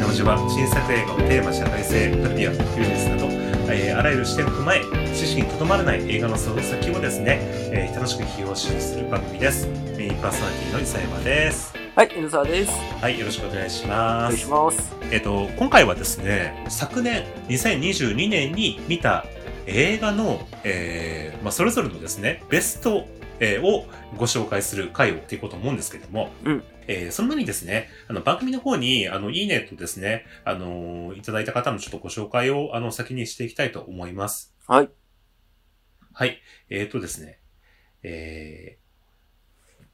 新作映画をテーマ社会性ラティアビジネスなど、えーあらゆる視点を踏まえ知識にとどまらない映画のその先をですね、えー楽しく批評しする番組ですメインパーソナリティの伊佐山ですはい、N 沢です。はいよろしくお願いしおま願いすします。えっと、今回はですね、昨年2022年に見た映画の、えーまあ、それぞれのですね、ベスト、えーをご紹介する回をっていうことを思うんですけども、うんえーその前にですね、あの番組の方に、あの、いいねとですね、あのーいただいた方のちょっとご紹介を、あの、先にしていきたいと思います。はい。はい。えっ、とですね、えー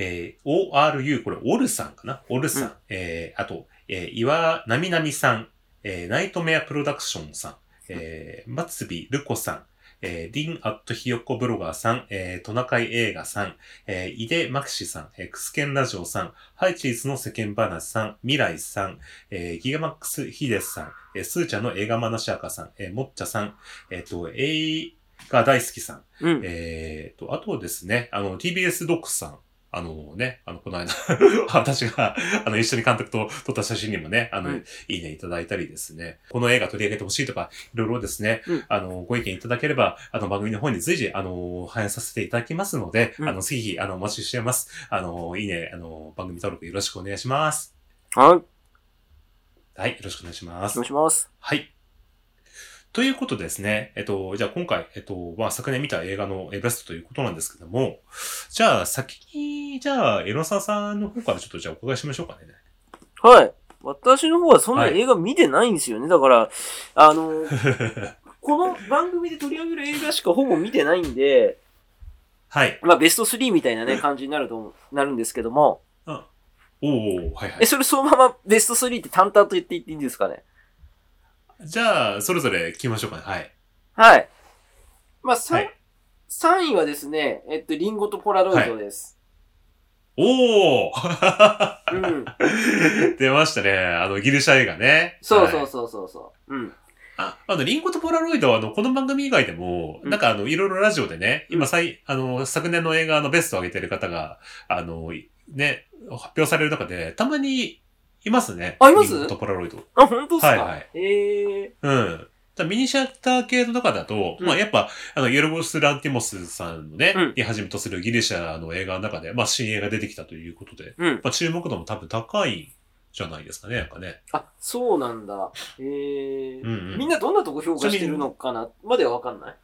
えー ORU、これ、オルさんかなオルさん。うんえーあと、えー岩なみなみさん、えーナイトメアプロダクションさん、えー、松尾ルコさん、えーディン・アット・ヒヨコブロガーさん、えー、トナカイ映画さん、えー、井出マキシさん、えー、クスケンラジオさん、ハイチーズの世間話さん、未来さん、えーギガマックス・ヒデスさん、えー、スーちゃんの映画マナシアカさん、えー、モッチャさん、えっ、と、映画大好きさん、うん。えー、と、あとですね、あの、TBS ドックさん。あのね、あの、この間、 私が、あの、一緒に監督と撮った写真にもね、あの、うんいいねいただいたりですね、この映画取り上げてほしいとか、いろいろですね、うんあの、ご意見いただければ、あの、番組の方に随時、あの、反映させていただきますので、うんあの、ぜひ、あの、お待ちしてます。あの、いいね、あの、番組登録よろしくお願いします。はい、おはい、よろしくお願いします願い。します。はい。ということでですね、えっと、じゃあ今回、えっと、まあ、昨年見た映画のえベストということなんですけども、じゃあ先に、じゃあ、エロサさんの方からちょっとじゃあお伺いしましょうかね。はい。私の方はそんなはい映画見てないんですよね。だから、あの、 この番組で取り上げる映画しかほぼ見てないんで、はい。まあベスト3みたいなね、感じになると思う、なるんですけども、おおはいはえ、い。それそのままベスト3って淡々と言っていっていいんですかね。じゃあ、それぞれ聞きましょうかね。はい。はい。まあ、はさい三3位はですね、えっと、リンゴとポラロイドです。おおうん。 出ましたね。あの、ギリシャ映画ね。そうそはういそうそうそう。うん。あ、あの、リンゴとポラロイドは、あの、この番組以外でも、うんなんかあの、いろいろラジオでね、う今、ん最、あの、昨年の映画のベストを上げてる方が、あの、いね、発表される中で、たまに、いますね。あいますリンゴとポラロイド。あ、本当っすかはいはいええうん。ただミニシャッター系の中だと、うんまあやっぱ、あの、ヨルゴス・ランティモスさんのね、うんにはじめとするギリシャの映画の中で、まあ新映画出てきたということで、うん。まあ注目度も多分高いんじゃないですかね、なんかね。あ、そうなんだ。えーうんうんみんなどんなとこ評価してるのかなまではわかんない。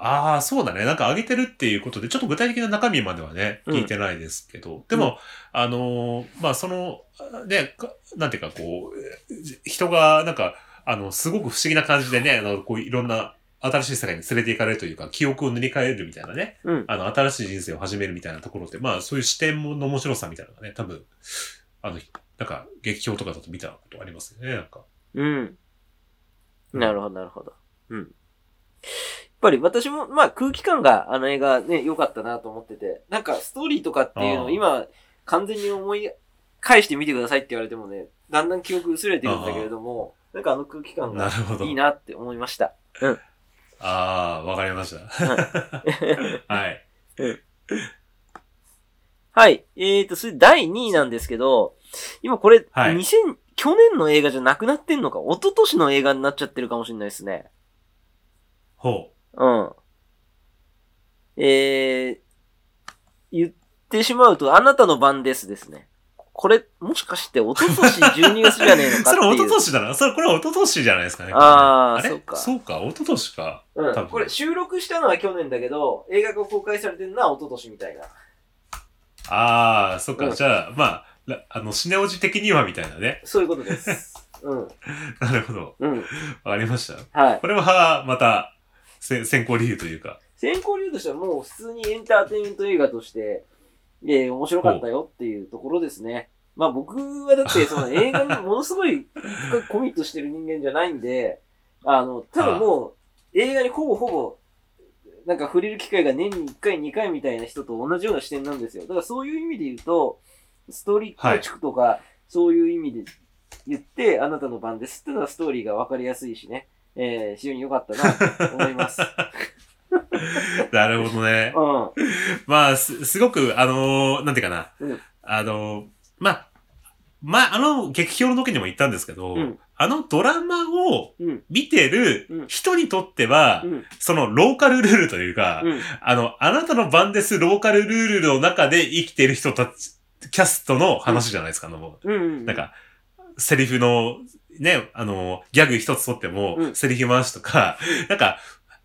ああ、そうだね。なんか上げてるっていうことで、ちょっと具体的な中身まではね、うん聞いてないですけど、でも、あのーまあ、その、ね、かなんていうか、こうえー、人が、なんか、あの、すごく不思議な感じでね、あの、こう、いろんな新しい世界に連れて行かれるというか、記憶を塗り替えるみたいなね、うん。あの、新しい人生を始めるみたいなところって、まあ、そういう視点の面白さみたいなのがね、多分、あの、なんか、劇評とかだと見たことありますよね、なんか。うん。なるほど、なるほど。うん。やっぱり私も、まあ空気感があの映画ね、良かったなと思ってて、なんかストーリーとかっていうのあをー今、完全に思い返してみてくださいって言われてもね、だんだん記憶薄れてくんだけれども、なんかあの空気感ながるほど。いいなって思いました。ああ、わかりました。 はい。はい。えーと、それ第2位なんですけど、今これ、はい2000去年の映画じゃなくなってんのか、一昨年の映画になっちゃってるかもしれないですね。ほうん。えー、言ってしまうと、あなたの番ですですね。これ、もしかして一昨年12月じゃねえう。のか そってれいう。一昨年だな。それ、これは一昨年じゃないですかね。あーれそうかそうか、一昨年か。う多ん、分これ収録したのは去年だけど、映画が公開されてるのは一昨年みたいな。ああ、そっか、うんじゃあ、まあ、らあの、シネオジ的にはみたいなね。 そういうことです。うん。なるほど。うん。わかりました。はい。これは、また、せ先行理由というか。 先行理由としてはもう普通にエンターテインメント映画として、えー面白かったよっていうところですね。まあ僕はだってその映画にものすごい深くコミットしてる人間じゃないんで、あの、多分もう映画にほぼほぼ、なんか触れる機会が年に1回2回みたいな人と同じような視点なんですよ。だからそういう意味で言うと、ストーリー構築とか、そういう意味で言って、あなたの番ですっていうのはストーリーがわかりやすいしね、えー非常に良かったなと思います。なるほどね。うん。まあ、す、すごく、あのーなんていうかな。うんあのーまあ、まあ、あの、劇評の時にも言ったんですけど、うんあのドラマをうん見てうるん人にとっては、うん。そのローカルルールというか、うん。あの、あなたの番ですローカルルールの中で生きてる人たち、キャストの話じゃないですか、あの、うんうん。なんか、セリフの、ね、あの、ギャグ一つ取っても、うんセリフ回しとか、 なんか、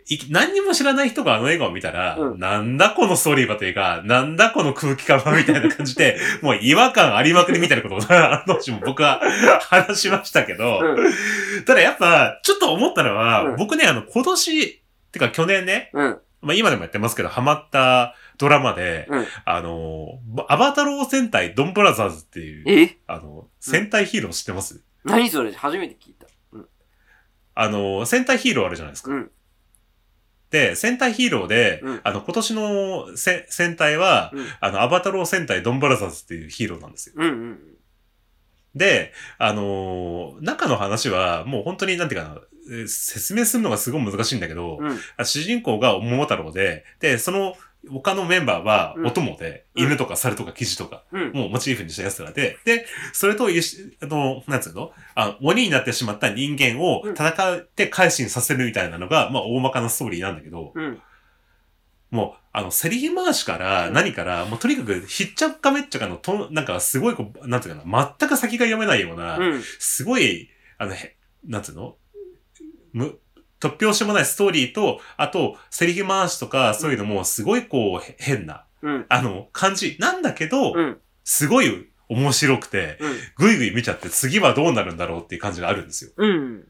い何にも知らない人があの映画を見たら、うんなんだこのストーリーはというか、なんだこの空気感はみたいな感じ で、もう違和感ありまくりみたいなことを、 あの時も僕は話しましたけど、うん。ただやっぱ、ちょっと思ったのは、うん僕ね、あの、今年、てか去年ね、うん。まあ今でもやってますけど、ハマったドラマで、うんあの、アバタロー戦隊ドンブラザーズっていう、えあの、戦隊ヒーロー知ってます、何それ初めて聞いた。うん。あの、戦隊ヒーローあるじゃないですか。うん。で、戦隊ヒーローで、うんあの、今年のせ戦隊は、うんあの、アバタロー戦隊ドンブラザーズっていうヒーローなんですよ。うんうん。で、あのー中の話は、もう本当になんていうかな、えー説明するのがすごい難しいんだけど、うん。あ主人公が桃太郎で、で、その、他のメンバーはうんお供で、うん犬とか猿とかキジとか、うん。もうモチーフにしたやつらで、で、それと一緒、あの、なんつうのあ鬼になってしまった人間をうん戦って改心させるみたいなのが、まあ、大まかなストーリーなんだけど、うん。もう、あの、セリフ回しからうん何から、もうとにかく、ひっちゃっかめっちゃかの、と、なんかすごいこう、なんつうかな、全く先が読めないような、うん。すごい、あの、へなんつうのむ、突拍子もないストーリーと、あと、セリフ回しとか、そういうのも、すごいこう、へ変な、うん。あの、感じなんだけど、うん。すごい面白くて、ぐいぐい見ちゃって次はどうなるんだろうっていう感じがあるんですよ。うん。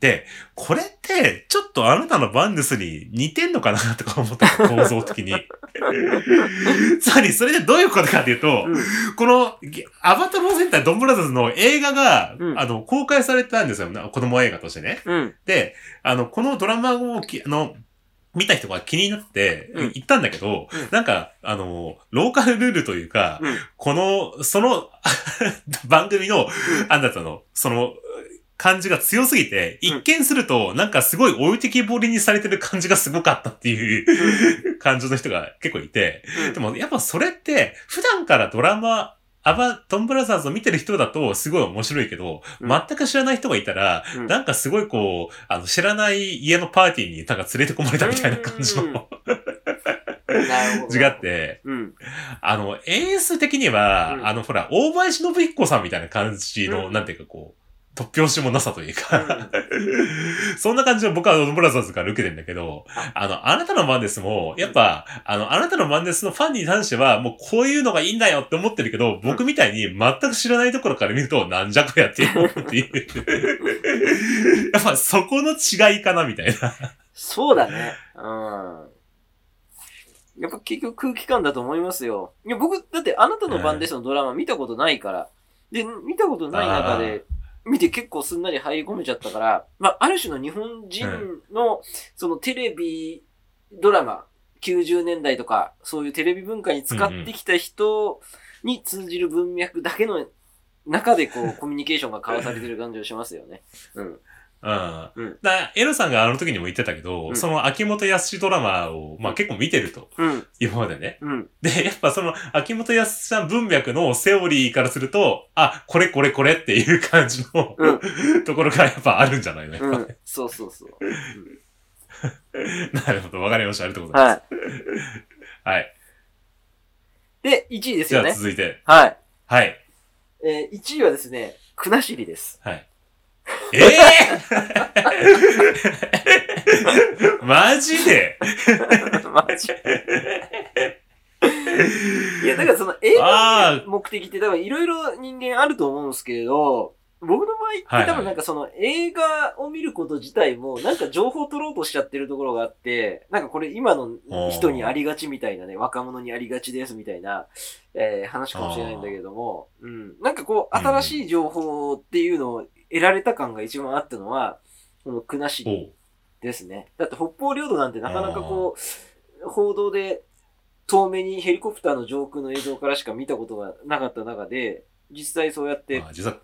で、これってちょっとあなたのバンデスに似てんのかなとか思ったの構 造的に。つまりそれでどういうことかっていうと、うん。このぎアバタローセンタードンブラザーズの映画が、うんあの公開されてたんですよ。な子供映画としてね。うん。で、あの、このドラマをき、あの、見た人が気になってうん行ったんだけど、うんなんか、あの、ローカルルールというか、うんこの、その、 番組の、あなたの、その、感じが強すぎて、うん一見すると、なんかすごい置いてきぼりにされてる感じがすごかったって いう感情の人が結構いて、でもやっぱそれって、普段からドラマ、アバ、トンブラザーズを見てる人だとすごい面白いけど、うん全く知らない人がいたら、うんなんかすごいこう、あの、知らない家のパーティーになんか連れてこまれたみたいな感じうんうんのなるほど。字があっ。て、うん。あの、演出的には、うんあの、ほら、大林信彦さんみたいな感じの、うんなんていうかこう、突拍子もなさといううか、ん そんな感じを僕はドンブラザーズから受けてんだけど、あの、あなたのマンデスも、やっぱ、あの、あなたのマンデスのファンに関しては、もうこういうのがいいんだよって思ってるけど、僕みたいに全く知らないところから見ると、なんじゃこやって思うって いう。やっぱそこの違いかなみたいな。そうだね。うん。やっぱ結局空気感だと思いますよ。いや、僕、だってあなたの番ですのドラマ見たことないから。で、見たことない中で、見て結構すんなり入り込めちゃったから、まあ、ある種の日本人の、そのテレビドラマ、90年代とか、そういうテレビ文化に使ってきた人に通じる文脈だけの中で、こう、コミュニケーションが交わされてる感じがしますよね。うん。うん。うんだからエロさんがあの時にも言ってたけど、うんその秋元康ドラマを、まあ結構見てると。うん。今までね。うん。で、や っぱその、秋元康さん文脈のセオリーからすると、あ、これこれこれっていう感じの、うんところがやっぱあるんじゃないの、やっぱうん。そうそうそう。なるほど、わかりました。ありがとうございまはい。す。はい。で、1位ですじゃよあね。続いて。はい。はい。えー、1位はですね、くなし りです。 はい。ええー、 マジでマジいや、だからその映画あの目的って、多分いろいろ人間あると思うんですけれど、僕の場合はっいてはい多分なんかその映画を見ること自体もなんか情報取ろうとしちゃってるところがあって、なんかこれ今の人にありがちみたいなね、若者にありがちですみたいな、えー話かもしれないんだけれども、うん。なんかこう、新しい情報っていうのを得られた感が一番あったのは、このくなしーおうですね。だって北方領土なんてなかなかこう、報道で遠目にヘリコプターの上空の映像からしか見たことがなかった中で、実際そうやってあ実は、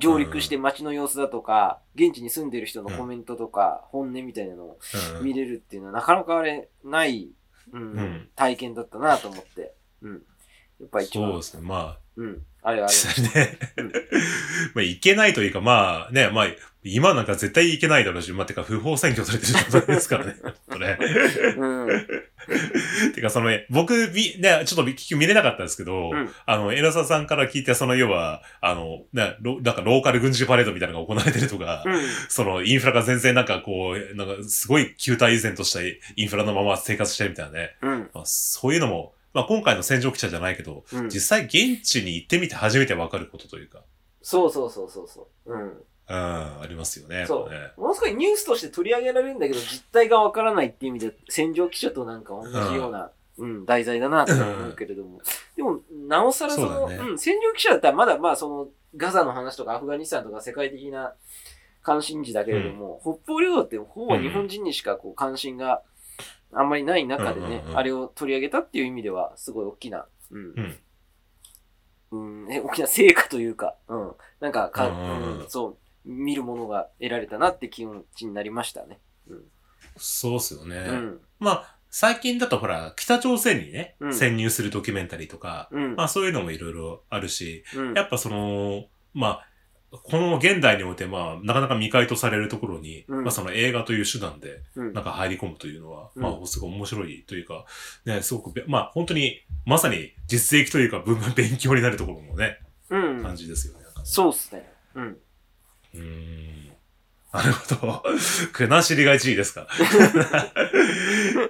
上陸して街の様子だとか、現地に住んでる人のコメントとか、本音みたいなのをうん見れるっていうのはなかなかあれ、ない、うんうん体験だったなと思って。うん。やっぱ一そう番。ですね。まうん。あれああ、れ。実際ねうん。まあ、いけないというか、まあね、まあ、今なんか絶対いけないだろうし、まあ、てか、不法占拠されてる状態ですから ね。これ。うん。てか、その、僕、み、ね、ちょっと結局見れなかったんですけど、うんあの、エラサさんから聞いた、その、要は、あの、ね、ロなんかローカル軍事パレードみたいなのが行われてるとか、うん。その、インフラが全然なんかこう、なんかすごい旧態依然としたインフラのまま生活してるみたいなね。うん。まあ、そういうのも、まあ、今回の戦場記者じゃないけど、うん。実際現地に行ってみて初めてわかることというか、そうそうそうそうそう。うん。うん、ありますよね。そうやっぱねものすごいニュースとして取り上げられるんだけど、実態がわからないっていう意味で、戦場記者となんか同じような、うん、題材だなと思うけれども。でも、なおさらその、そうだねうん、戦場記者だったらまだまあその、ガザの話とかアフガニスタンとか世界的な関心事だけれども、北方領土ってほぼ日本人にしかこう関心があんまりない中でねうんうんう、んあれを取り上げたっていう意味では、すごい大きな、うんうん。うん、え大きな成果というか、うん、なんかか、うんうんうんうんそう、見るものが得られたなって気持ちになりましたね。そうっすよね。うん、まあ、最近だとほら、北朝鮮にね、うん潜入するドキュメンタリーとか、うん、まあそういうのもいろいろあるし、うん、やっぱその、まあ、この現代において、まあ、なかなか未開とされるところに、うんまあその映画という手段で、うんなんか入り込むというのは、うんまあ、すごい面白いというか、ね、すごくべ、まあ、本当に、まさに実益というか、文化勉強になるところもね、うん感じですよね。なんかそうっすね。うん。うーん。なるほど。クナシリが1位ですか。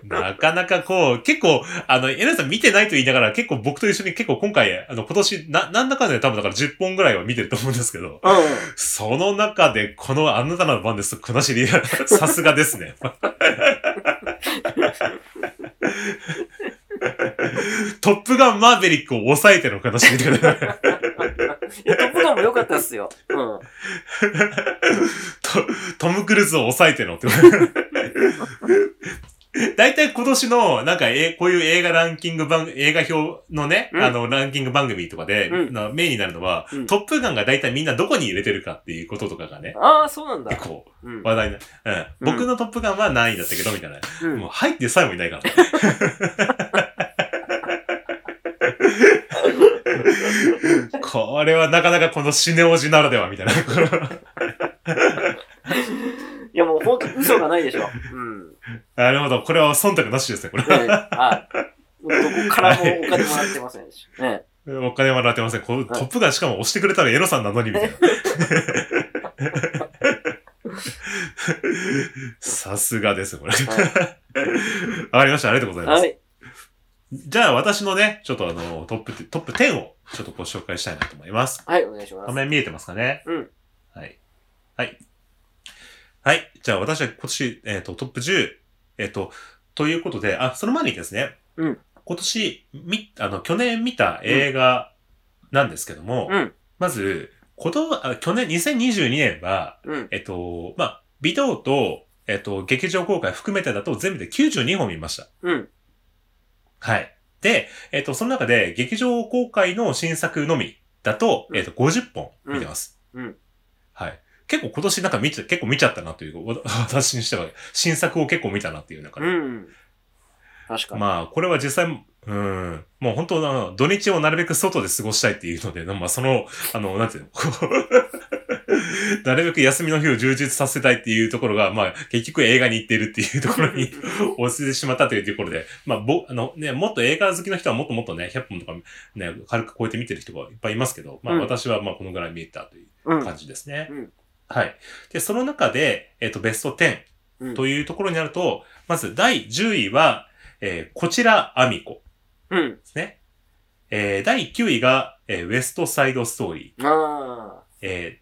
なかなかこう、結構、あの、エナさん見てないと言いながら、結構僕と一緒に結構今回、あの、今年、な、なんだかんだで多分だから10本ぐらいは見てると思うんですけど、うん、その中で、このあなたの番ですと、クナシリ、 さすがですね。 トップガンマーベリックを抑えてのクナシリだから。いや、トップガンも良かったっすよ。うん。トトム・クルーズを抑えてのって。 大体今年の、なんか、え、こういう映画ランキング番、映画表のね、うんあの、ランキング番組とかで、うんなメインになるのは、うんトップガンが大体みんなどこに入れてるかっていうこととかがね、ああ、そうなんだ結。構うん。話題な、うん。うん僕のトップガンは何位だったけど、みたいな。うんもう入ってさえもいない から。これはなかなかこのシネオジならではみたいな。 いや、もう本当嘘がないでしょ。うん。なるほど。これは忖度なしですね、これ。ねはい。もうどこからもお金もらってませんでしょ。ね。お金はらってません。こうトップガンしかも押してくれたらエロさんなのに、み たいな。さすがです、これ。わかりました。ありがとうございます。はい。じゃあ、私のね、ちょっとあの、トップ、トップ10をちょっとご紹介したいなと思います。はい、お願いしま画す。面見えてますかねうん。はい。はい。はい。じゃあ私は今年、えっ、と、トップ10、えっ、と、ということで、あ、その前にですね、うん今年、み、あの、去年見た映画なんですけども、うん。まず、こと、あ去年、2022年は、うん。えっ、と、まあ、ビデオと、えっ、と、劇場公開含めてだと全部で92本見ました。うん。はい。で、えっ、と、その中で劇場公開の新作のみだと、うんえっ、と、50本見てます。うんうんはい。結構今年なんか見ちゃ、結構見ちゃったなという、わ 私にしては、新作を結構見たなっていう中うで。ん。確かに。まあ、これは実際、うん、もう本当、あの、土日をなるべく外で過ごしたいっていうので、まあ、その、あの、なんていうの、こう なるべく休みの日を充実させたいっていうところが、まあ、結局映画に行ってるっていうところに落ちてしまったというところで、まあ、ぼ、あのね、もっと映画好きの人はもっともっとね、100本とかね、軽く超えて見てる人がいっぱいいますけど、まあ、うん私はまあ、このぐらい見えたといううん感じですね。うんはい。で、その中で、えっ、と、ベスト10うんというところになると、まず第10位は、えーこちら、アミコうん。ですね。えー第9位が、えーウエストサイドストーリー。ああ。え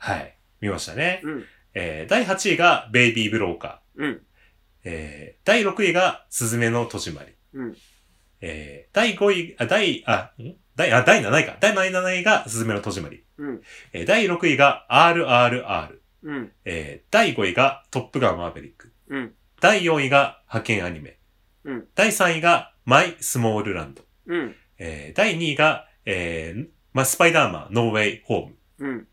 ーはい。見ましたね。うん。えー第8位が、ベイビーブローカー。うん。えー第6位が、すずめの戸締まり。うんえー第5位、あ、第、あ、ん第、あ、第7位か。第7位が、すずめの戸締まり。うん。えー第6位が、RRR。うん。えー第5位が、トップガンマーベリック。うん。第4位が、派遣アニメ。うん第3位が、マイ・スモールランド。うん。えー第2位が、えーまあ、スパイダーマン、ノーウェイ・ホーム。うん。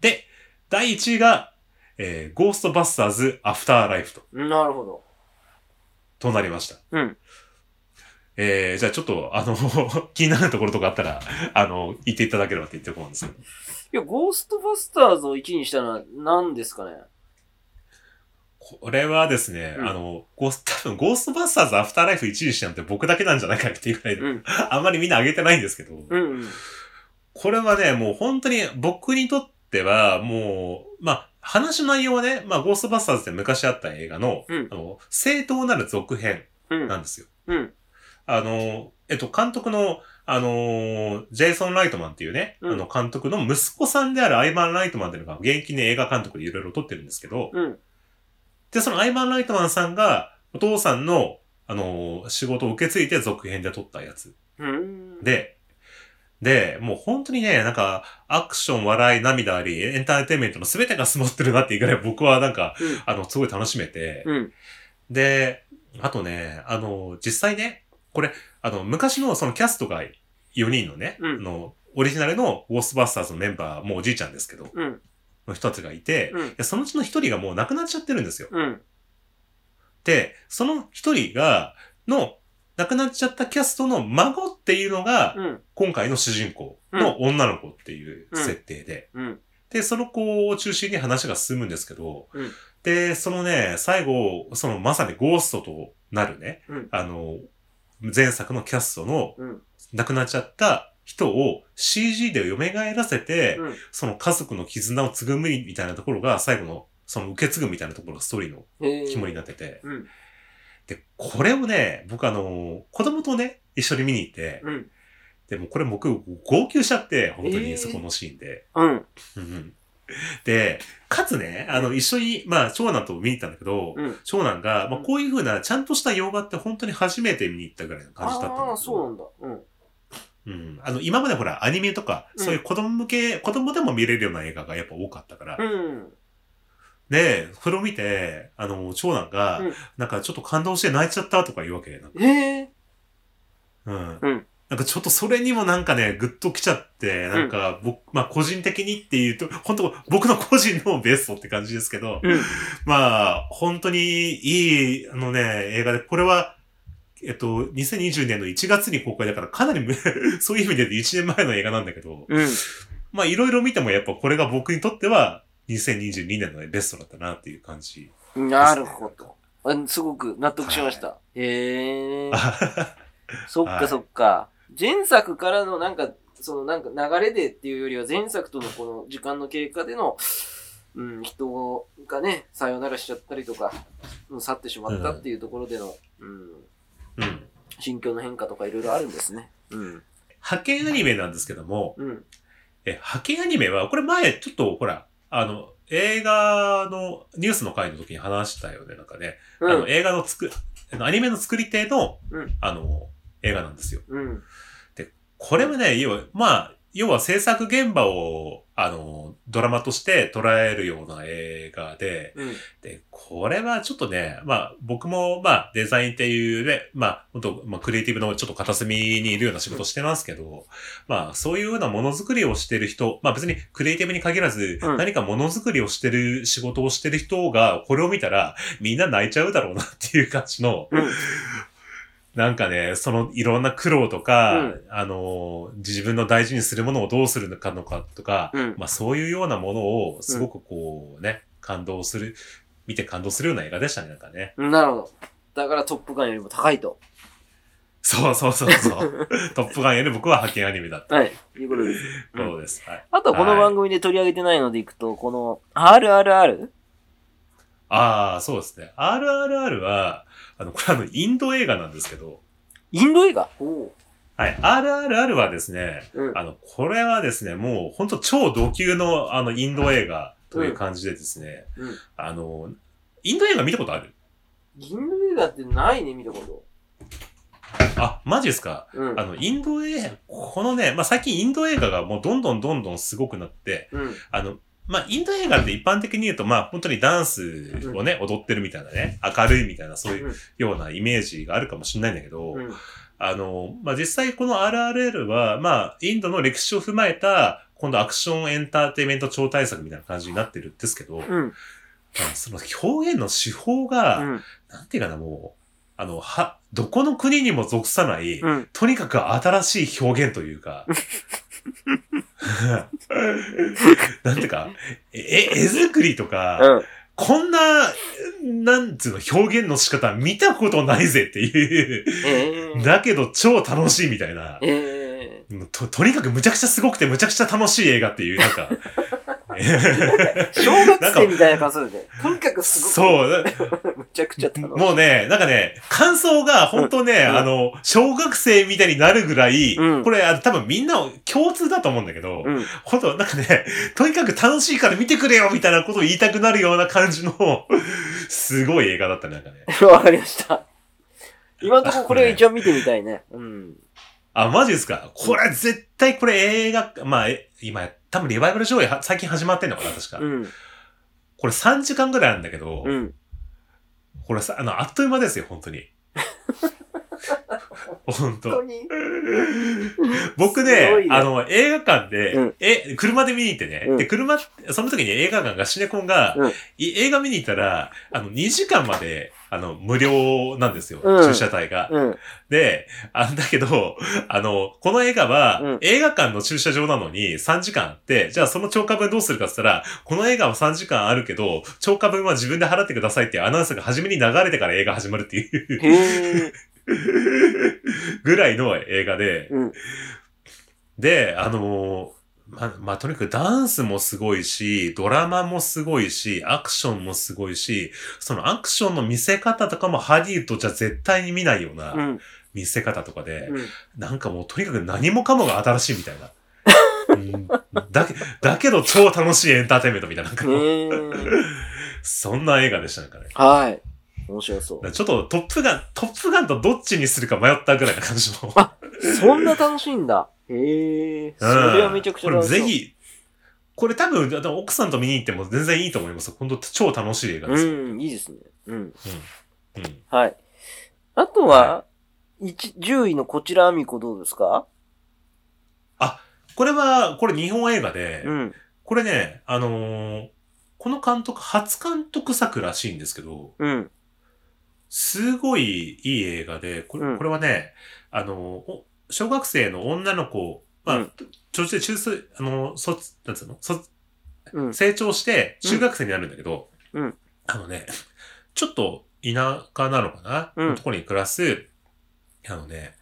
で、第1位が、えーゴーストバスターズ・アフターライフと、なるほど。となりました。うん。えー、じゃあちょっと、あの、 気になるところとかあったら、あの、言っていただければって言ってると思うんですけど。いや、ゴーストバスターズを1にしたのは何ですかねこれはですね、うんあの、ゴース、多分、ゴーストバスターズアフターライフ1位にしたのって僕だけなんじゃないかっていうくらいで、うん。あんまりみんな上げてないんですけど、うん。これはね、もう本当に僕にとっては、もう、まあ、話の内容はね、まあ、ゴーストバスターズって昔あった映画の、うんあの、正当なる続編うん。なんですよ。うん。あの、えっと、監督の、あの、ジェイソン・ライトマンっていうね、うんあの、監督の息子さんであるアイバン・ライトマンっていうのが、現役に映画監督でいろいろ撮ってるんですけど、うん。で、そのアイバン・ライトマンさんが、お父さんの、あの、仕事を受け継いで続編で撮ったやつ。うん。で、で、もう本当にね、なんか、アクション、笑い、涙あり、エンターテインメントの全てが詰まってるなっていうぐらい僕はなんか、うんあの、すごい楽しめて。うん。で、あとね、あの、実際ね、これ、あの、昔のそのキャストが4人のね、うんあの、オリジナルのゴーストバスターズのメンバー、もうおじいちゃんですけど、うん。の人たちがいて、うんいやそのうちの1人がもう亡くなっちゃってるんですよ。うん。で、その一人が、の、亡くなっちゃったキャストの孫っていうのが、うん。今回の主人公の女の子っていう設定で、うん。で、その子を中心に話が進むんですけど、うんで、そのね、最後、そのまさにゴーストとなるね、うんあの、前作のキャストのうん。亡くなっちゃった人を CG で蘇らせて、うんその家族の絆を継ぐみたいなところが、最後の、その受け継ぐみたいなところがストーリーのへー肝になってて、うん。で、これをね、僕あの、子供とね、一緒に見に行って、うん。でもこれ僕、号泣しちゃって、本当えーにそこのシーンで。うん。うんうんで、かつね、あの、一緒に、まあ、長男と見に行ったんだけど、うん長男が、まあ、こういう風な、ちゃんとした洋画って本当に初めて見に行ったぐらいの感じだったんだけどああ、そうなんだ。うん。うん。あの、今までほら、アニメとか、そういう子供向け、子供でも見れるような映画がやっぱ多かったから、うん。で、それを見て、あの、長男が、うんなんかちょっと感動して泣いちゃったとか言うわけで、なんかへえ。うんうんなんかちょっとそれにもなんかね、ぐっときちゃって、なんか僕、まあ個人的にっていうと、本当僕の個人のベストって感じですけど、うん。まあ、本当にいい、あのね、映画で、これは、えっと、2020年の1月に公開だから、かなりむ、 そういう意味で言うと1年前の映画なんだけど、うん。まあいろいろ見てもやっぱこれが僕にとっては、2022年のねベストだったなっていう感じ。なる ほど。うんすごく納得しました。へえ。あそっかそっか。前作からのなんか、そのなんか流れでっていうよりは前作とのこの時間の経過での、うん、人がね、さよならしちゃったりとか、うん去ってしまったっていうところでの、うん、うん。心境の変化とかいろいろあるんですね。うん。派遣アニメなんですけども、うん。え、派遣アニメは、これ前、ちょっと、ほら、あの、映画のニュースの回の時に話したよね、なんかね。うあの、ん。映画の作、あのアニメの作り手の、うんあの、映画なんですよ。うん。これもね、要は、まあ、要は制作現場を、あの、ドラマとして捉えるような映画で、うん。で、これはちょっとね、まあ、僕も、まあ、デザインっていうね、まあ、本当まあ、クリエイティブのちょっと片隅にいるような仕事してますけど、まあ、そういうようなものづくりをしてる人、まあ、別にクリエイティブに限らず、うん何かものづくりをしてる仕事をしてる人が、これを見たら、みんな泣いちゃうだろうなっていう感じの、うん。なんかね、そのいろんな苦労とか、うんあの、自分の大事にするものをどうするのかのかとか、うん。まあそういうようなものをすごくこうね、感動する、見て感動するような映画でしたね、なんかね。うんなるほど。だからトップガンよりも高いと。そうそうそうそう。トップガンより僕は派遣アニメだった。はい。いうことです。うんそうです。はい、あとはこの番組で取り上げてないのでいくと、この RRR? ああ、そうですね。RRR は、あの、これあの、インド映画なんですけど、インド映画おうはい。RRR はですね、うん。あの、これはですね、もう本当超ド級のあの、インド映画という感じでですね、うんあの、インド映画見たことあるインド映画ってないね、見たこと。あ、マジですかうん。あの、インド映画、このね、まあ、最近インド映画がもうどんどんどんどんすごくなって、うん。あの、まあ、インド映画って一般的に言うと、まあ、本当にダンスをね、踊ってるみたいなね、明るいみたいな、そういうようなイメージがあるかもしれないんだけど、うん。あの、まあ、実際この RRL は、まあ、インドの歴史を踏まえた、今度アクションエンターテイメント超大作みたいな感じになってるんですけど、うん。まあその表現の手法が、うん。なんていうかな、もう、あの、は、どこの国にも属さない、うん。とにかく新しい表現という か、なんていうか、え、絵作りとか、うん。こんな、なんつうの、表現の仕方見たことないぜっていう。ええだけど超楽しいみたいな。えもうと、とにかくむちゃくちゃすごくてむちゃくちゃ楽しい映画っていう、なんか。え小学生みたいな感想だよね。とにかくすごく、そう。むちゃくちゃ楽しい。もうね、なんかね、感想が本当ね、うんあの、小学生みたいになるぐらい、うんこれあの多分みんな共通だと思うんだけど、うん。ほんと、なんかね、とにかく楽しいから見てくれよみたいなことを言いたくなるような感じの、すごい映画だったね、なんかね。 わかりました。今のところこれが一番見てみたいね。うん。あ、マジですかこれ絶対これ映画、まあ、え今、多分リバイバル上映は最近始まってんのかな、確か。うん。これ3時間ぐらいあるんだけど、うん。これさ、あの、あっという間ですよ、本当 に。本当本。当に 僕すごいね、ねあの、映画館で、うんえ、車で見に行ってね、うんで、車、その時に映画館が、シネコンが、うんい映画見に行ったら、あの、2時間まで、あの、無料なんですよ、うん駐車帯が。うん。で、あんだけど、あの、この映画は、うん映画館の駐車場なのに3時間あって、じゃあその超過分どうするかって言ったら、この映画は3時間あるけど、超過分は自分で払ってくださいっていうアナウンスが初めに流れてから映画始まるっていうへえ。 ぐらいの映画で、うん。で、あのーま、まあ、とにかくダンスもすごいし、ドラマもすごいし、アクションもすごいし、そのアクションの見せ方とかもハリウッドじゃ絶対に見ないようう。なん見せ方とかで、 うん。なんかもうとにかく何もかもが新しいみたいな。うんだけだけど超楽しいエンターテインメントみたいな、なんかもうへえ。そんな映画でしたなんかね。はい。面白そう。ちょっとトップガン、トップガンとどっちにするか迷ったぐらいな感じの。そんな楽しいんだ。へえ。それはめちゃくちゃうんこ楽れしい。ぜ。ひ、これ多分、あの奥さんと見に行っても全然いいと思います。本当超楽しい映画です。うん、いいですね。うん。うんはい。あとは、一10位のこちらあみこどうですかこれは、これ日本映画で、うん。これね、あのーこの監督、初監督作らしいんですけど、うん。すごいいい映画で、これ,、うんこれはね、あのーお小学生の女の子、まあ、うん途中で中卒、あのー卒、なんつうの卒うん。成長して中学生になるんだけど、うんあのね、ちょっと田舎なのかな、うんのところに暮らす、あのね、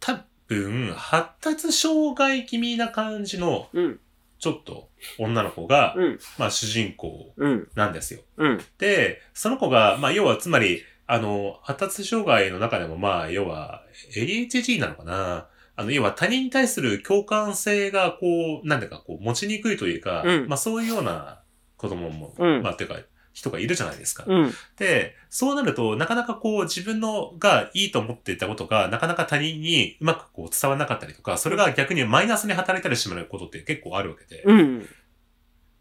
多分、発達障害気味な感じの、うん。ちょっと女の子が、うん。まあ主人公うん。なんですよ。うん。で、その子が、まあ要はつまり、あの、発達障害の中でもまあ要は ADHD なのかなあの、要は他人に対する共感性がこう、なんだかこう持ちにくいというか、うんまあそういうような子供も、うんまあというか、人がいるじゃないですか。うん。で、そうなると、なかなかこう自分のがいいと思っていたことが、なかなか他人にうまくこう伝わらなかったりとか、それが逆にマイナスに働いたりしてもらうことって結構あるわけで。うん。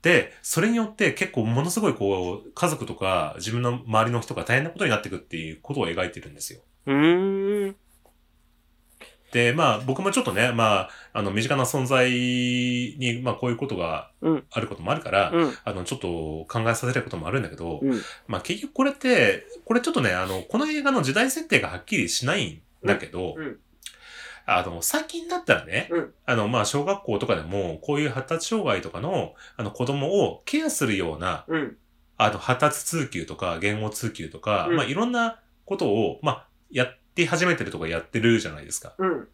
で、それによって結構ものすごいこう、家族とか自分の周りの人が大変なことになっていくっていうことを描いてるんですよ。うん。で、まあ僕もちょっとね、まあ、あの、身近な存在に、まあこういうことがうんあることもあるから、うん。あの、ちょっと考えさせることもあるんだけど、うんまあ結局これって、これちょっとね、あの、この映画の時代設定がはっきりしないんだけど、うんうんあの、最近だったらね、うんあの、まあ小学校とかでも、こういう発達障害とかの、あの子供をケアするような、うん。あの、発達通級とか、言語通級とか、うんまあ、いろんなことを、まあ、やって始めてるとかやってるじゃないですか。うん。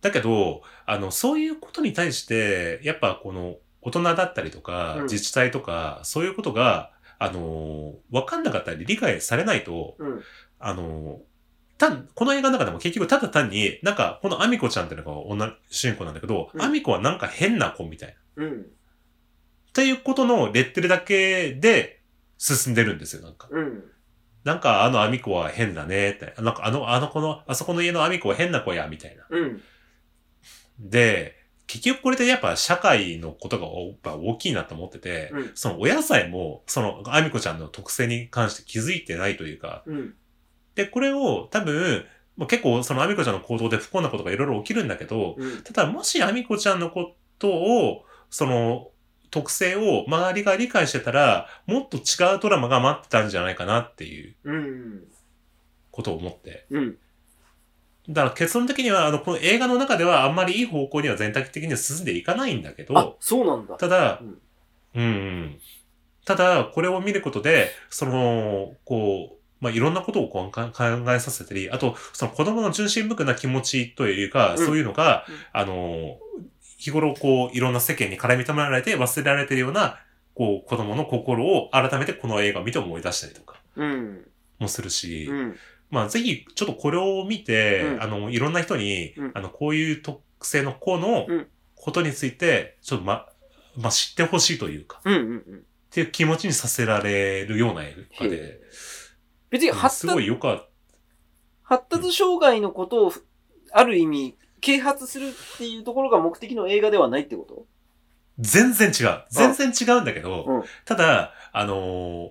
だけど、あの、そういうことに対して、やっぱこの、大人だったりとかうん、自治体とか、そういうことが、あのー、わかんなかったり、理解されないと、うん。あのー、単、この映画の中でも結局ただ単に、なんか、このアミコちゃんっていうのが女、主人公なんだけど、うんアミコはなんか変な子みたいな。うん。っていうことのレッテルだけで進んでるんですよ、なんか。うん。なんかあのアミコは変だねって。なんかあの、あの子の、あそこの家のアミコは変な子や、みたいな。うん。で、結局これってやっぱ社会のことがやっぱ大きいなと思ってて、うんそのお野菜も、そのアミコちゃんの特性に関して気づいてないというか、うん。で、これを多分、まあ結構そのアミコちゃんの行動で不幸なことがいろいろ起きるんだけど、うん。ただもしアミコちゃんのことを、その、特性を周りが理解してたら、もっと違うドラマが待ってたんじゃないかなっていううん。ことを思って。うん。だから結論的には、あの、この映画の中ではあんまりいい方向には全体的には進んでいかないんだけあど、、そうなんだ。ただ、ううんん、うん。ただ、これを見ることで、その、こう、まあ、いろんなことをこうか考えさせたり、あと、その子供の純真無垢な気持ちというか、うんそういうのが、うんあの、日頃こう、いろんな世間に絡み止められて忘れられてるような、こう、子供の心を改めてこの映画を見て思い出したりとかうん。もするし、うん。まあ、ぜひ、ちょっとこれを見て、うんあの、いろんな人に、うんあの、こういう特性の子のうんことについて、ちょっとま、まあ、知ってほしいというか、うん。うん。っていう気持ちにさせられるような映画へで、別にうん発すご達、い良かっ発達障害のことを、ある意味、啓発するっていうところが目的の映画ではないってこと全然違う。全然違うんだけど、うんただ、あのー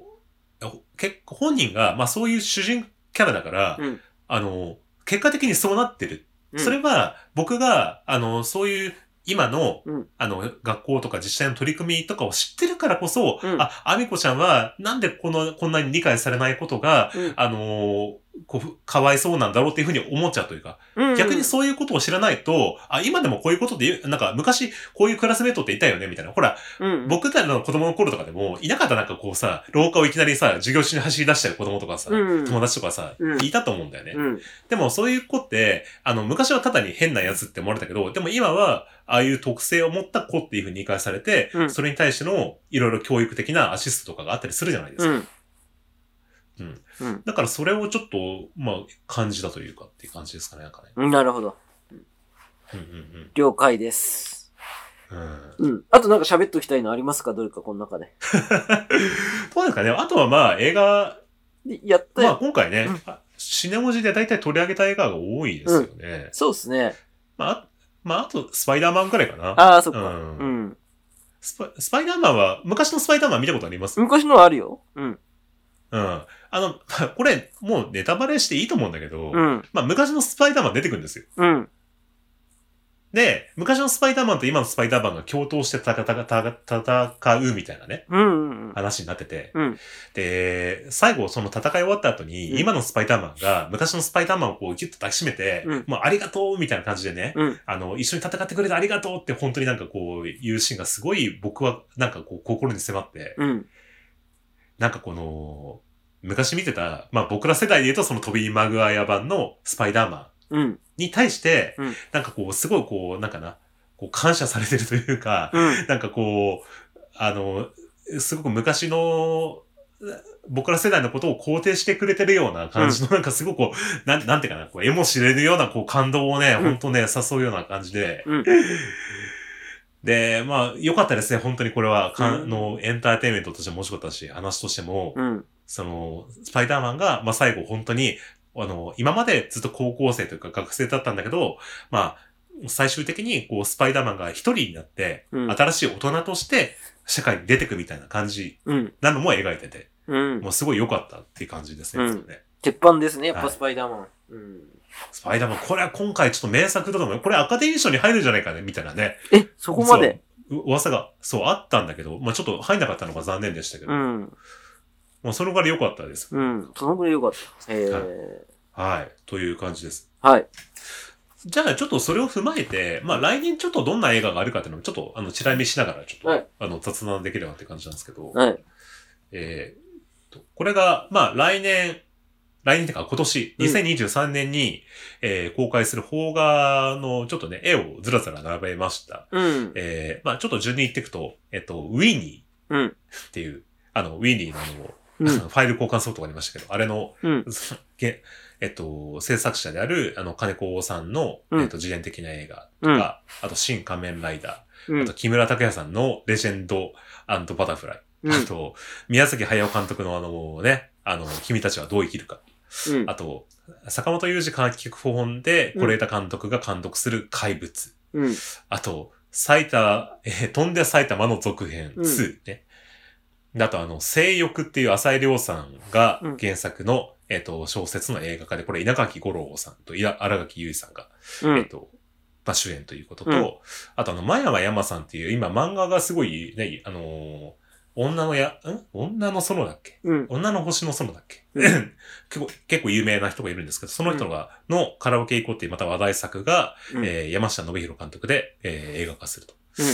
結構本人が、まあ、そういう主人キャラだから、うんあのー結果的にそうなってるそれうんは僕が、あの、そういう今の、うんあの、学校とか自治体の取り組みとかを知ってるからこそ、うんあ、アミコちゃんはなんでこの、こんなに理解されないことが、うんあのーこう、かわいそうなんだろうっていうふうに思っちゃうというか、うん逆にそういうことを知らないと、あ、今でもこういうことで言う、なんか昔こういうクラスメートっていたよね、みたいな。ほら、うん。僕たちの子供の頃とかでも、いなかったなんかこうさ、廊下をいきなりさ、授業中に走り出した子供とかさ、うん友達とかさ、うんいたと思うんだよね。うん。でもそういう子って、あの、昔はただに変なやつって思われたけど、でも今は、ああいう特性を持った子っていうふうに理解されて、うんそれに対してのいろいろ教育的なアシストとかがあったりするじゃないですうか。ん。うんうん。だからそれをちょっと、まあ、感じたというかっていう感じですかね、なんかね。うん。なるほど。うんうん了解です。うん。うん。 うん。あとなんか喋っときたいのありますかどれかこの中で。どうですかねあとはまあ、映画、でやったよ。まあ今回ね、シネモジで大体取り上げた映画が多いですよね。そうですね。まあ、まあ、あと、スパイダーマンくらいかな。ああ、そっうか。んうん。スパスパイダーマンは、昔のスパイダーマン見たことあります昔のはあるよ。うん。うん。あの、これ、もうネタバレしていいと思うんだけど、うん。まあ昔のスパイダーマン出てくるんですよ。うん。で、昔のスパイダーマンと今のスパイダーマンが共闘して戦戦戦うみたいなね、うん。うん。話になってて、うん。で、最後その戦い終わった後うんに、今のスパイダーマンが昔のスパイダーマンをこうギュッと抱きしめて、うんもうありがとうみたいな感じでね、うん。あの、一緒に戦ってくれてありがとうって本当になんかこう、いうシーンがすごい僕はなんかこう心に迫って、うん。なんかこの、昔見てた、まあ僕ら世代で言うとそのトビー・マグワイア版のスパイダーマンうん。に対して、うんなんかこう、すごいこう、なんかな、こう感謝されてるというか、うん。なんかこう、あの、すごく昔の、僕ら世代のことを肯定してくれてるような感じの、なんかすごくこう、なん、なんていうかな、こう、絵も知れるような、こう、感動をね、うんほんとね、誘うような感じで、うん。で、まあ、良かったですね、本当にこれは、かんうんの、エンターテインメントとしても面白かったし、話としても、うん。その、スパイダーマンが、まあ、最後本当に、あの、今までずっと高校生というか学生だったんだけど、まあ、最終的に、こう、スパイダーマンが一人になって、うん。新しい大人として、社会に出てくみたいな感じうん。なのも描いてて、うんも。うすごい良かったっていう感じですね。うんいつもね鉄板ですね、やっぱはいスパイダーマン。うん。スパイダーマン、これは今回ちょっと名作だと思う。これアカデミー賞に入るんじゃないかね、みたいなね。え、そこまで実はう噂が、そう、あったんだけど、まあちょっと入んなかったのが残念でしたけど、うん。まあそのぐらい良かったです。うん。そのぐらい良かった。えー。はい。という感じです。はい。じゃあ、ちょっとそれを踏まえて、まあ、来年ちょっとどんな映画があるかっていうのを、ちょっと、あの、チラ見しながら、ちょっと、はいあの、雑談できればって感じなんですけど、はい。えーと、これが、まあ、来年、来年ってか、今年、うん2023年に、えー公開する邦画の、ちょっとね、絵をずらずら並べました。うん。えーまあ、ちょっと順に言っていくと、えっと、ウィニうん。ーっていう、あの、ウィニーのあの、うん。ファイル交換ソフトがありましたけど、あれの、うん。げえっと、制作者である、あの、金子さんの、うんえっと、自伝的な映画うん。が、あと、新仮面ライダうー、あんと、。木村拓哉さんのレジェンドバタフライ、うんあと、宮崎駿監督のあのね、あの、君たちはどう生きるか、うんあと、坂本雄二監督本で、うん是枝監督が監督する怪物、うん。あと、埼玉、えー飛んで埼玉の続編うん2ね。であと、あの、性欲っていう浅井亮さんがうん原作の、えっと、小説の映画化で、これ稲垣吾郎さんといや荒垣結衣さんが、うえっん。と、まあ、主演ということと、うんあと、あの、前山山さんっていう、今漫画がすごいね、あのー女のや、ん女の園だっけうん。女の星の園だっけ、う 結構、結構有名な人がいるんですけど、その人が、のカラオケ行こうっていうまた話題作が、うんえー山下信弘監督で、えー映画化すると。うん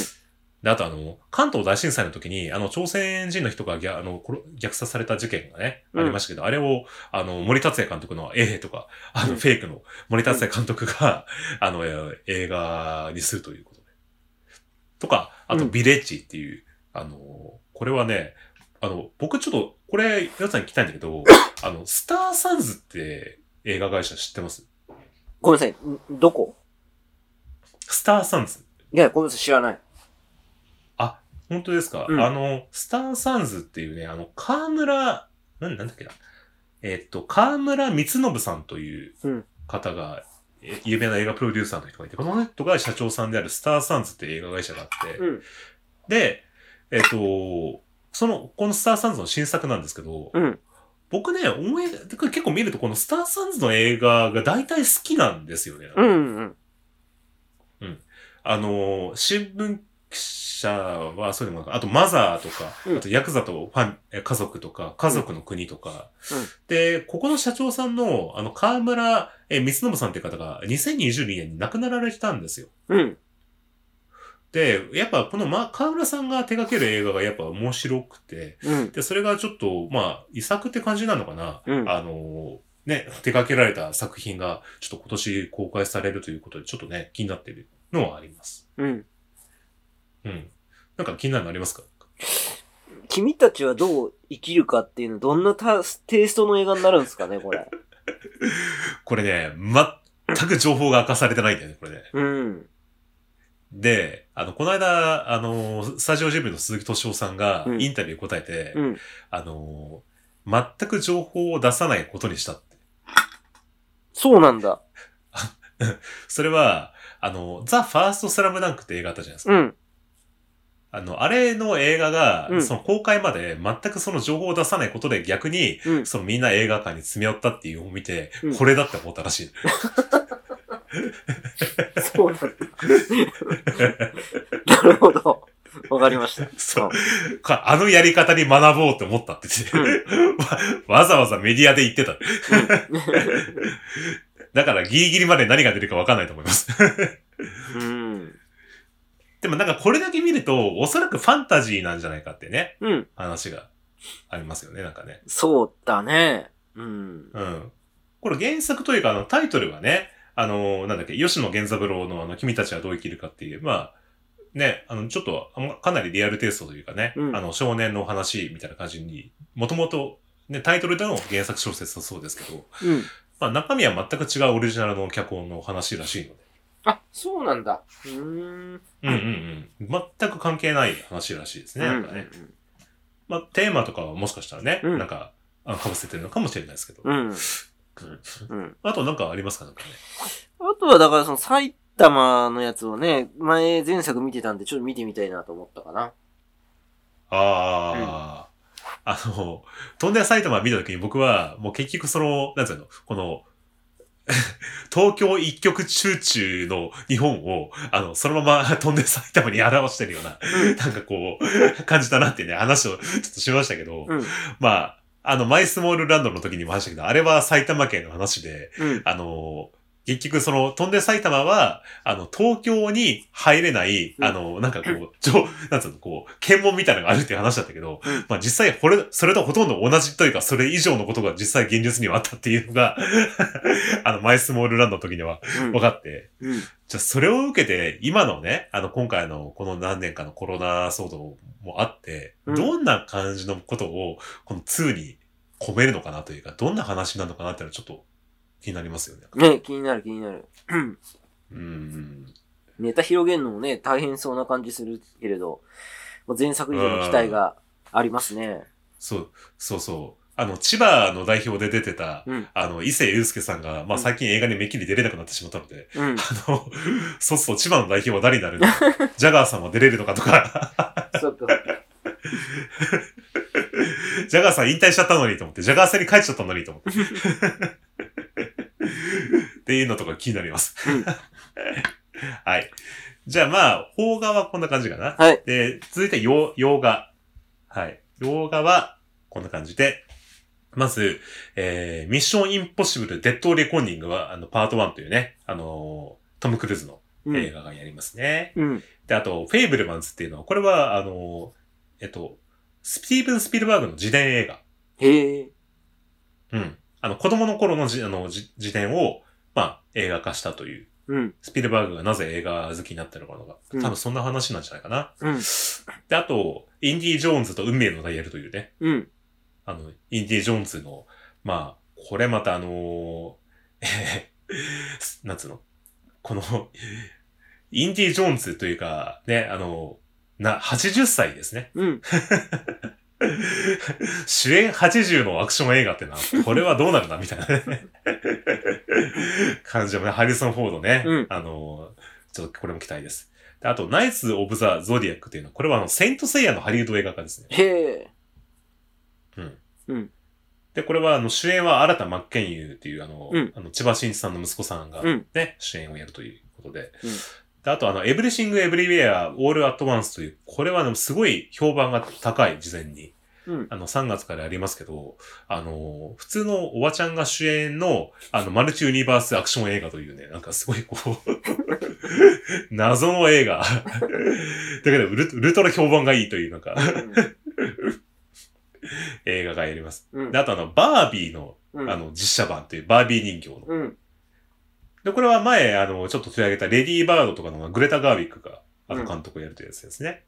で、あとあの、関東大震災の時に、あの、朝鮮人の人がぎゃあの殺虐殺された事件がね、うんありましたけど、あれを、あの、森達也監督の、ええとか、あの、うんフェイクの森達也監督が、 あの、えー映画にするということで。とか、あと、うんビレッジっていう、あの、これはね、あの、僕ちょっと、これ、皆さんに聞きたいんだけ ど、あの、スターサンズって映画会社知ってますごめんなさい。んどこスターサンズ。いや、ごめんなさい。知らない。本当ですか、うんあの、スターサンズっていうね、あの、河村、なんなんだっけな。えっと、河村光信さんといううん方が、え有名な映画プロデューサーの人がいて、この人が社長さんであるスターサンズっていう映画会社があって、うん。で、えっと、その、このスターサンズの新作なんですけど、うん。僕ね、思い、結構見るとこのスターサンズの映画が大体好きなんですよね。うんうん。あのー新聞記者はそうでもなく、あとマザーとか、うんあとヤクザとファン、え家族とか、家族の国とか、うんで、ここの社長さんの、あの、河村、えー、光信さんっていう方が2022年に亡くなられたんですよ。うん。で、やっぱこの、ま、河村さんが手掛ける映画がやっぱ面白くて、うん。で、それがちょっと、まあ、遺作って感じなのかな、うんあのーね、手掛けられた作品が、ちょっと今年公開されるということで、ちょっとね、気になってるのはあります。うん。うん。なんか気になるのありますか君たちはどう生きるかっていうの、どんなたテイストの映画になるんですかね、これ。これね、全く情報が明かされてないんだよね、これね。うん。で、あの、この間、あの、スタジオジブリの鈴木敏夫さんがうんインタビューに答えて、うん。あの、全く情報を出さないことにしたって。そうなんだ。それは、あの、ザ・ファースト・スラムダンクって映画あったじゃないですか。うん。あの、あれの映画が、うんその公開まで全くその情報を出さないことで逆に、うん。そのみんな映画館に詰め寄ったっていうのを見て、うんこれだって思ったらしい。そうなんだ。なるほど。わかりました。そう。かあのやり方に学ぼうって思ったって言って、 わわざわざメディアで言ってた。だからギリギリまで何が出るか分かんないと思います。 うん。でもなんかこれだけ見ると、おそらくファンタジーなんじゃないかってね、うん。話がありますよね、なんかね。そうだね。うん。うん。これ原作というか、あの、タイトルがね、あのなんだっけ、吉野源三郎のあの、君たちはどう生きるかっていう、まあ、ね、あの、ちょっと、あんまかなりリアルテイストというかね、うんあの、少年のお話みたいな感じに、もともと、ね、タイトルでの原作小説だそうですけど、うん。まあ中身は全く違うオリジナルの脚本の話らしいので。あ、そうなんだ。うーん。うんうんうん。全く関係ない話らしいですね。なんかね。まあテーマとかはもしかしたらね、うんなんか、あの、被せてるのかもしれないですけど。うん。うんうん。あとなんかありますかなんかね。あとはだからその埼玉のやつをね、前、前作見てたんでちょっと見てみたいなと思ったかな。ああ、あの、飛んで埼玉見た時に僕は、もう結局その、なんつうの、この、 東京一極集中の日本を、あの、そのま ま飛んで埼玉に表してるような、なんかこう、感じだなってね、話をちょっとしましたけど、うん。まあ、あの、マイスモールランドの時にも話したけど、あれは埼玉県の話で、うん。あの、結局その、飛んで埼玉は、あの、東京に入れない、うんあの、なんかこう、ちょ、なんつうの、こう、検問みたいなのがあるっていう話だったけど、うんまあ実際、これ、それとほとんど同じというか、それ以上のことが実際現実にはあったっていうのが、 あの、マイスモールランドの時にはうん分かって、うじん。ゃあそれを受けて、今のね、あの、今回のこの何年かのコロナ騒動もあって、うんどんな感じのことを、この2に込めるのかなというか、どんな話なのかなっていうのはちょっと気になりますよね。ね、気になる気になる。うんうん。ネタ広げるのもね、大変そうな感じするけれど、まあ前作以上の期待がありますね。そう、そうそう。あの、千葉の代表で出てた、うん。あの、伊勢祐介さんが、まあ、うん最近映画にめっきり出れなくなってしまったので、うん。あの、そうそう、千葉の代表は誰になるの ジャガーさんは出れるのかとか、そっか。ジャガーさん引退しちゃったのにと思って、ジャガー戦に帰っちゃったのにと思 って。っていうのとか気になります。 うんはい。じゃあまあ、邦画はこんな感じかな。はい。で、続いて洋、洋画。はい。動画は、こんな感じで、まず、えー、ミッションインポッシブルデッドレコーニングは、あの、パート1というね、あのートム・クルーズのうん映画がやりますね。うん。で、あと、フェイブルマンズっていうのは、これは、あのーえっと、スティーブン・スピルバーグの自伝映画。へえ。うん。あの、子供の頃のじ、あの、じ自伝を、まあ、映画化したという。うん。スピルバーグがなぜ映画好きになったのかのが、うん多分そんな話なんじゃないかな。うん。で、あと、インディ・ージョーンズと運命のダイヤルというね、うん。あの、インディ・ージョーンズの、まあ、これまたあのー、 えへへなんつうのこの、インディ・ージョーンズというか、ね、あの、な、80歳ですね。うん。 主演80のアクション映画ってな、これはどうなるな、みたいなね感じもね、ハリソン・フォードね、うんあの、ちょっとこれも期待です。であと、ナイツ・オブ・ザ・ゾディアックっていうのは、これはあの、セイント・セイヤのハリウッド映画化ですね。へえ。で、これはあの、主演は新田真剣佑っていう、あの、うんあの千葉真一さんの息子さんがうねん、主演をやるということで。うんであと、あの、エブリシング・エブリウェア・オール・アット・ワンスという、これはね、すごい評判が高い、事前に。うん。あの、3月からありますけど、あの、普通のおばちゃんが主演の、あの、マルチユニバースアクション映画というね、なんかすごいこう、 謎の映画。だけどウル、ウルトラ評判がいいという、なんか、映画がやります。 うん。で、あとあの、バービーの、うん。あ、の、実写版という、バービー人形の。うん。で、これは前、あの、ちょっと取り上げたレディーバードとかのグレタ・ガービックが、あうの、ん監督をやるというやつですね。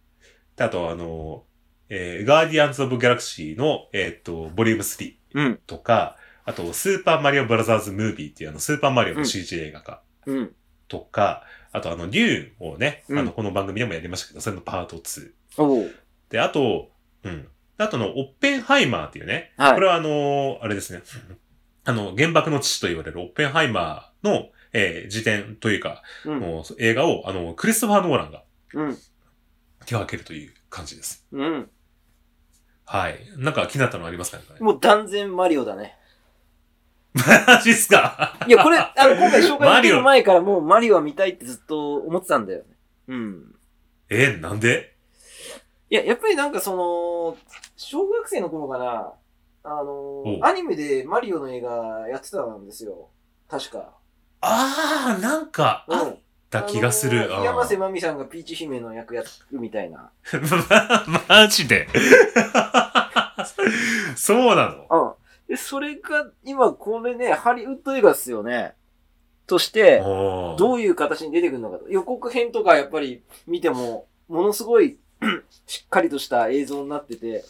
で、あと、あの、えーガーディアンズ・オブ・ギャラクシーの、えーっと、ボリューム3。うん。とか、あと、スーパーマリオブラザーズムービーっていうあの、スーパーマリオうのん CG 映画化うん。とか、あとあの、リューンをね、うんあの、この番組でもやりましたけど、それのパート2。おう。で、あと、うん。あとの、オッペンハイマーっていうね、はい。これはあのーあれですね、あの、原爆の父と言われるオッペンハイマーの、えー、辞典というか、うん。もう映画を、あの、クリストファー・ノーランがうん。手を挙げるという感じです。うん。はい。なんか気になったのありますかね もう断然マリオだね。マジっすか いや、これ、あの、今回紹介する前からもうマリオは見たいってずっと思ってたんだよね。うん。えーなんでいや、やっぱりなんかその、小学生の頃かな、あおのう、アニメでマリオの映画やってたんですよ。確か。あー、なんか、あうんった気がする。あのうん山瀬まみさんがピーチ姫の役やるみたいな。ま マジで。 そうなのうん。で、それが、今これね、ハリウッド映画っすよね。として、おーどういう形に出てくるのかと。予告編とかやっぱり見ても、ものすごい しっかりとした映像になってて、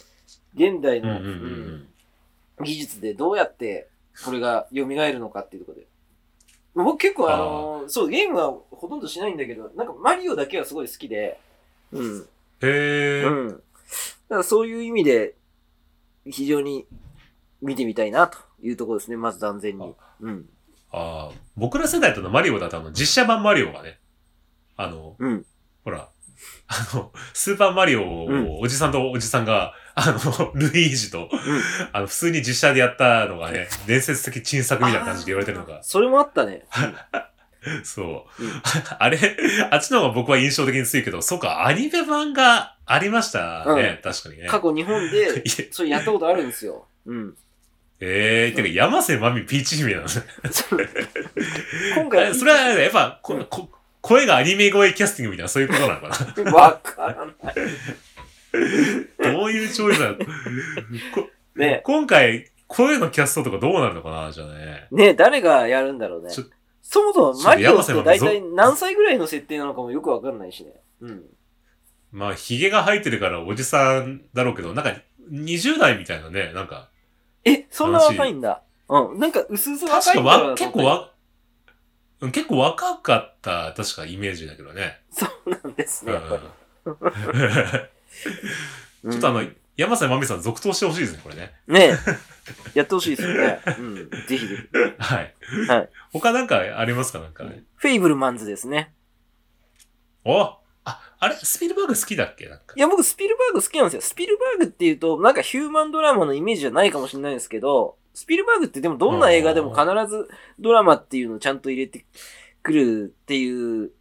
現代うんうの、んうんううんん。技術でどうやってこれが蘇るのかっていうところで。僕結構あのそう、ゲームはほとんどしないんだけど、なんかマリオだけはすごい好きで、うん。へー。うん。だからそういう意味で、非常に見てみたいなというところですね、まず断然に。うん。あー僕ら世代とのマリオだとあの実写版マリオがね、あの、うん。ほら、あの、スーパーマリオうんをおじさんとおじさんが、あの、ルイージと、んあの、普通に実写でやったのがね、伝説的珍作みたいな感じで言われてるのが、それもあったね。そう。うん あれ、あっちの方が僕は印象的に強いけど、そうか、アニメ版がありましたね、確かにね。過去日本で、いえそれやったことあるんですよ。 うん。ええー、てか、山瀬まみピーチ姫なのね。そう今え回、それは、やっぱ、うこんこ声がアニメ声キャスティングみたいな、そういうことなのかわからない。 などういうチョイスなのこね今回、声のキャストとかどうなるのかなじゃあね。ね誰がやるんだろうねちょ。そもそもちょマリオっ山て瀬まで大ぞ体何歳ぐらいの設定なのかもよくわかんないしね。うん。まあ、髭が生えてるからおじさんだろうけど、なんか、20代みたいなね、なんか、え、そんな若いんだ。うん。なんか、薄々若確かいんだろうわ、なと思結って構わ、うん結構若かった、確かイメージだけどね。そうなんですうね、ん やっぱり。ちょっとあのうん、山瀬まみさん続投してほしいですね、これね。 ねえやってほしいですよね。うん。ぜひ ぜひ。はい。はい他なんかありますかなんかね。フェイブルマンズですね。おあ、あれスピルバーグ好きだっけなんかい。や、僕、スピルバーグ好きなんですよ。スピルバーグっていうと、なんかヒューマンドラマのイメージじゃないかもしれないんですけど、スピルバーグってでもどんな映画でも必ずドラマっていうのをちゃんと入れてくるっていう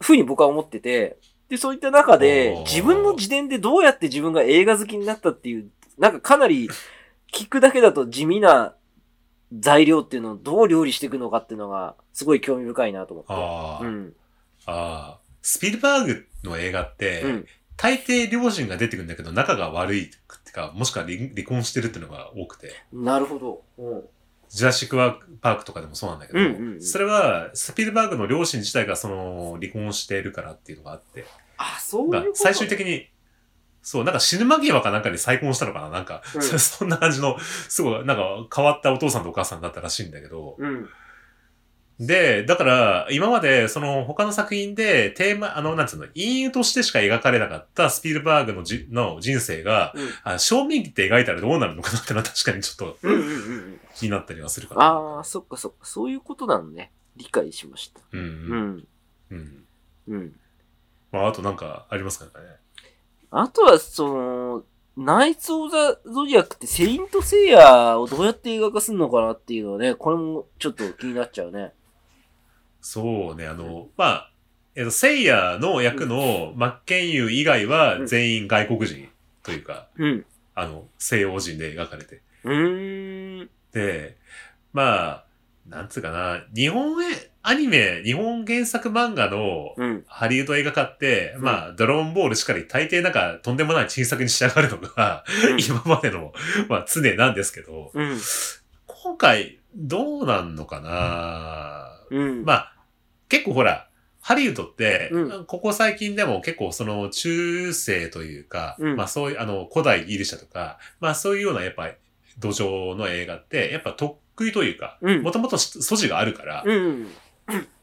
ふうに僕は思ってて、で、で、そういった中でお、ー自分の自伝でどうやって自分が映画好きになったっていう、なんかかなり聞くだけだと地味な材料っていうのをどう料理していくのかっていうのが、すごい興味深いなと思って。ああ、うん。ああ。スピルバーグの映画って、うん。大抵両親が出てくるんだけど、仲が悪いってか、もしくは離離婚してるっていうのが多くて、なるほど。うん。ジュラシックワークパークとかでもそうなんだけど、うんうんうんそれは、スピルバーグの両親自体がその、離婚しているからっていうのがあって、あ、そういがうこと最終的に、そう、なんか死ぬ間際かなんかに再婚したのかななんか、う んそんな感じの、すごい、なんか変わったお父さんとお母さんだったらしいんだけど、うん。で、だから、今まで、その、他の作品で、テーマ、あの、なんつうの、陰影としてしか描かれなかったスピルバーグのじの人生が、うんあ正面切って描いたらどうなるのかなってのは確かにちょっとうんうんうんうん。気になったりはするかな。ああ、そっかそっか。そういうことなのね。理解しました。うんう。ん。うん。うん。まあ、あとなんかありますかね。あとは、その、ナイツ・オブ・ザ・ゾディアックって、セイント・セイヤーをどうやって映画化するのかなっていうのはね、これもちょっと気になっちゃうね。そうね、あの、まあ、えっと、セイヤの役のマッケンユー以外はうん全員外国人というか、うん。あの、西洋人で描かれて。うーん。で、まあ、なんつうかな、日本へ、アニメ、日本原作漫画のうん。ハリウッド映画化って、まあ、ドラゴンボールしかり大抵なんかとんでもない新作に仕上がるのが、 今までの、まあ、常なんですけど、うん。今回、どうなんのかな、うん。まあ、結構ほら、ハリウッドって、うんここ最近でも結構その中世というか、うんまあそういう、あの、古代ギリシャとか、まあそういうようなやっぱり土壌の映画って、やっぱ得意というか、うんもともと素地があるから、うん。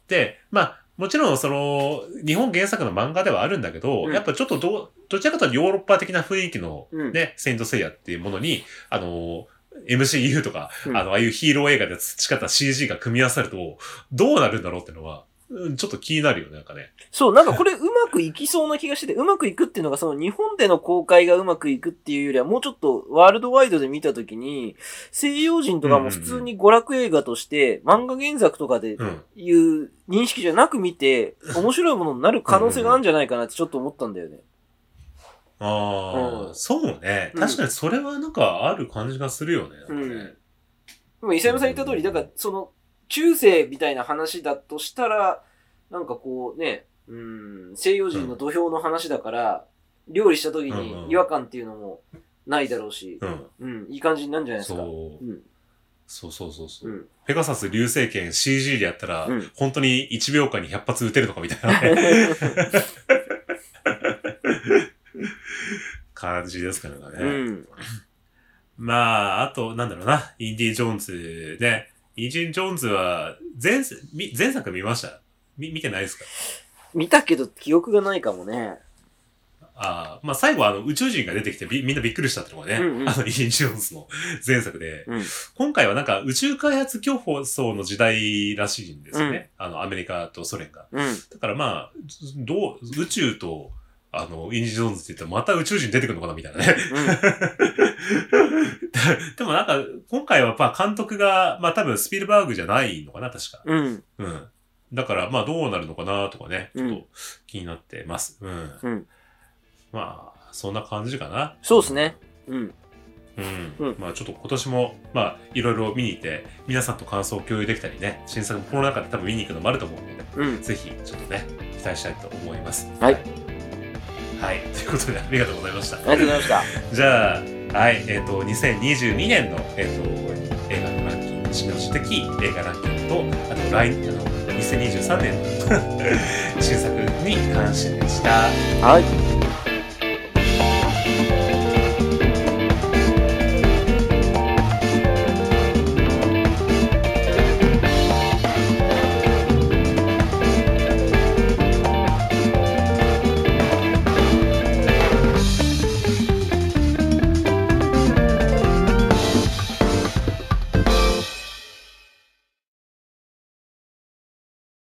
で、まあ、もちろんその、日本原作の漫画ではあるんだけど、うんやっぱちょっとどう、どちらかというとヨーロッパ的な雰囲気のうんね、セイントセイヤっていうものに、あの、MCU とか、うんあの、ああいうヒーロー映画で培った CG が組み合わさると、どうなるんだろうってのは、うんちょっと気になるよね、なんかね。そう、なんかこれうまくいきそうな気がしてて、うまくいくっていうのが、その日本での公開がうまくいくっていうよりは、もうちょっとワールドワイドで見たときに、西洋人とかも普通に娯楽映画として、漫画原作とかでうん。いう認識じゃなく見て、面白いものになる可能性があるんじゃないかなってちょっと思ったんだよね。ああ、うんそうね。うん確かにそれはなんかある感じがするよね。なんかねうんでも、伊沢さん言った通り、だから、その、中世みたいな話だとしたら、なんかこうね、うん、西洋人の土俵の話だから、料理した時うんうんに違和感っていうのもないだろうし、うん、いい感じになるんじゃう。なんいですか。そう。ん、そうそうそうそうう。ん。ペガサス流星剣 CG でやったら、うん本当に1秒間に100発撃てるのかみたいな ね、感じですからね。うん。まあ、あと、なんだろうな、インディ・ジョーンズね。インディ・ジョーンズは前世、み前作見ましたみ見てないですか見たけど記憶がないかもね。ああ、まあ最後はあの宇宙人が出てきてびみんなびっくりしたってのがね、うんうんあのインディ・ジョーンズの前作で、うん今回はなんか宇宙開発競争の時代らしいんですよね。あのアメリカとソ連が。うん。だからまあ、どう、宇宙と、あの、インディ・ジョーンズって言ったらまた宇宙人出てくるのかなみたいなね。 でもなんか、今回はまあ監督が、まあ多分スピルバーグじゃないのかな、確か。うん。うん。うん。だから、まあどうなるのかなとかね、ちうょんっと気になってます。うん。うん。まあ、そんな感じかな。そうですね。うん。うん。うんまあちょっと今年も、まあいろいろ見に行って、皆さんと感想を共有できたりね、新作もこの中で多分見に行くのもあると思うので、うん。ぜひちょっとね、期待したいと思います。はいはい。ということで、ありがとうございました。ありがとうございました。 じゃあ、はい、えっ、と、2022年の、えっ、と、映画のランキング、指導的映画ランキングと、あと、来、あの、2023年の新作に関してでした。はい。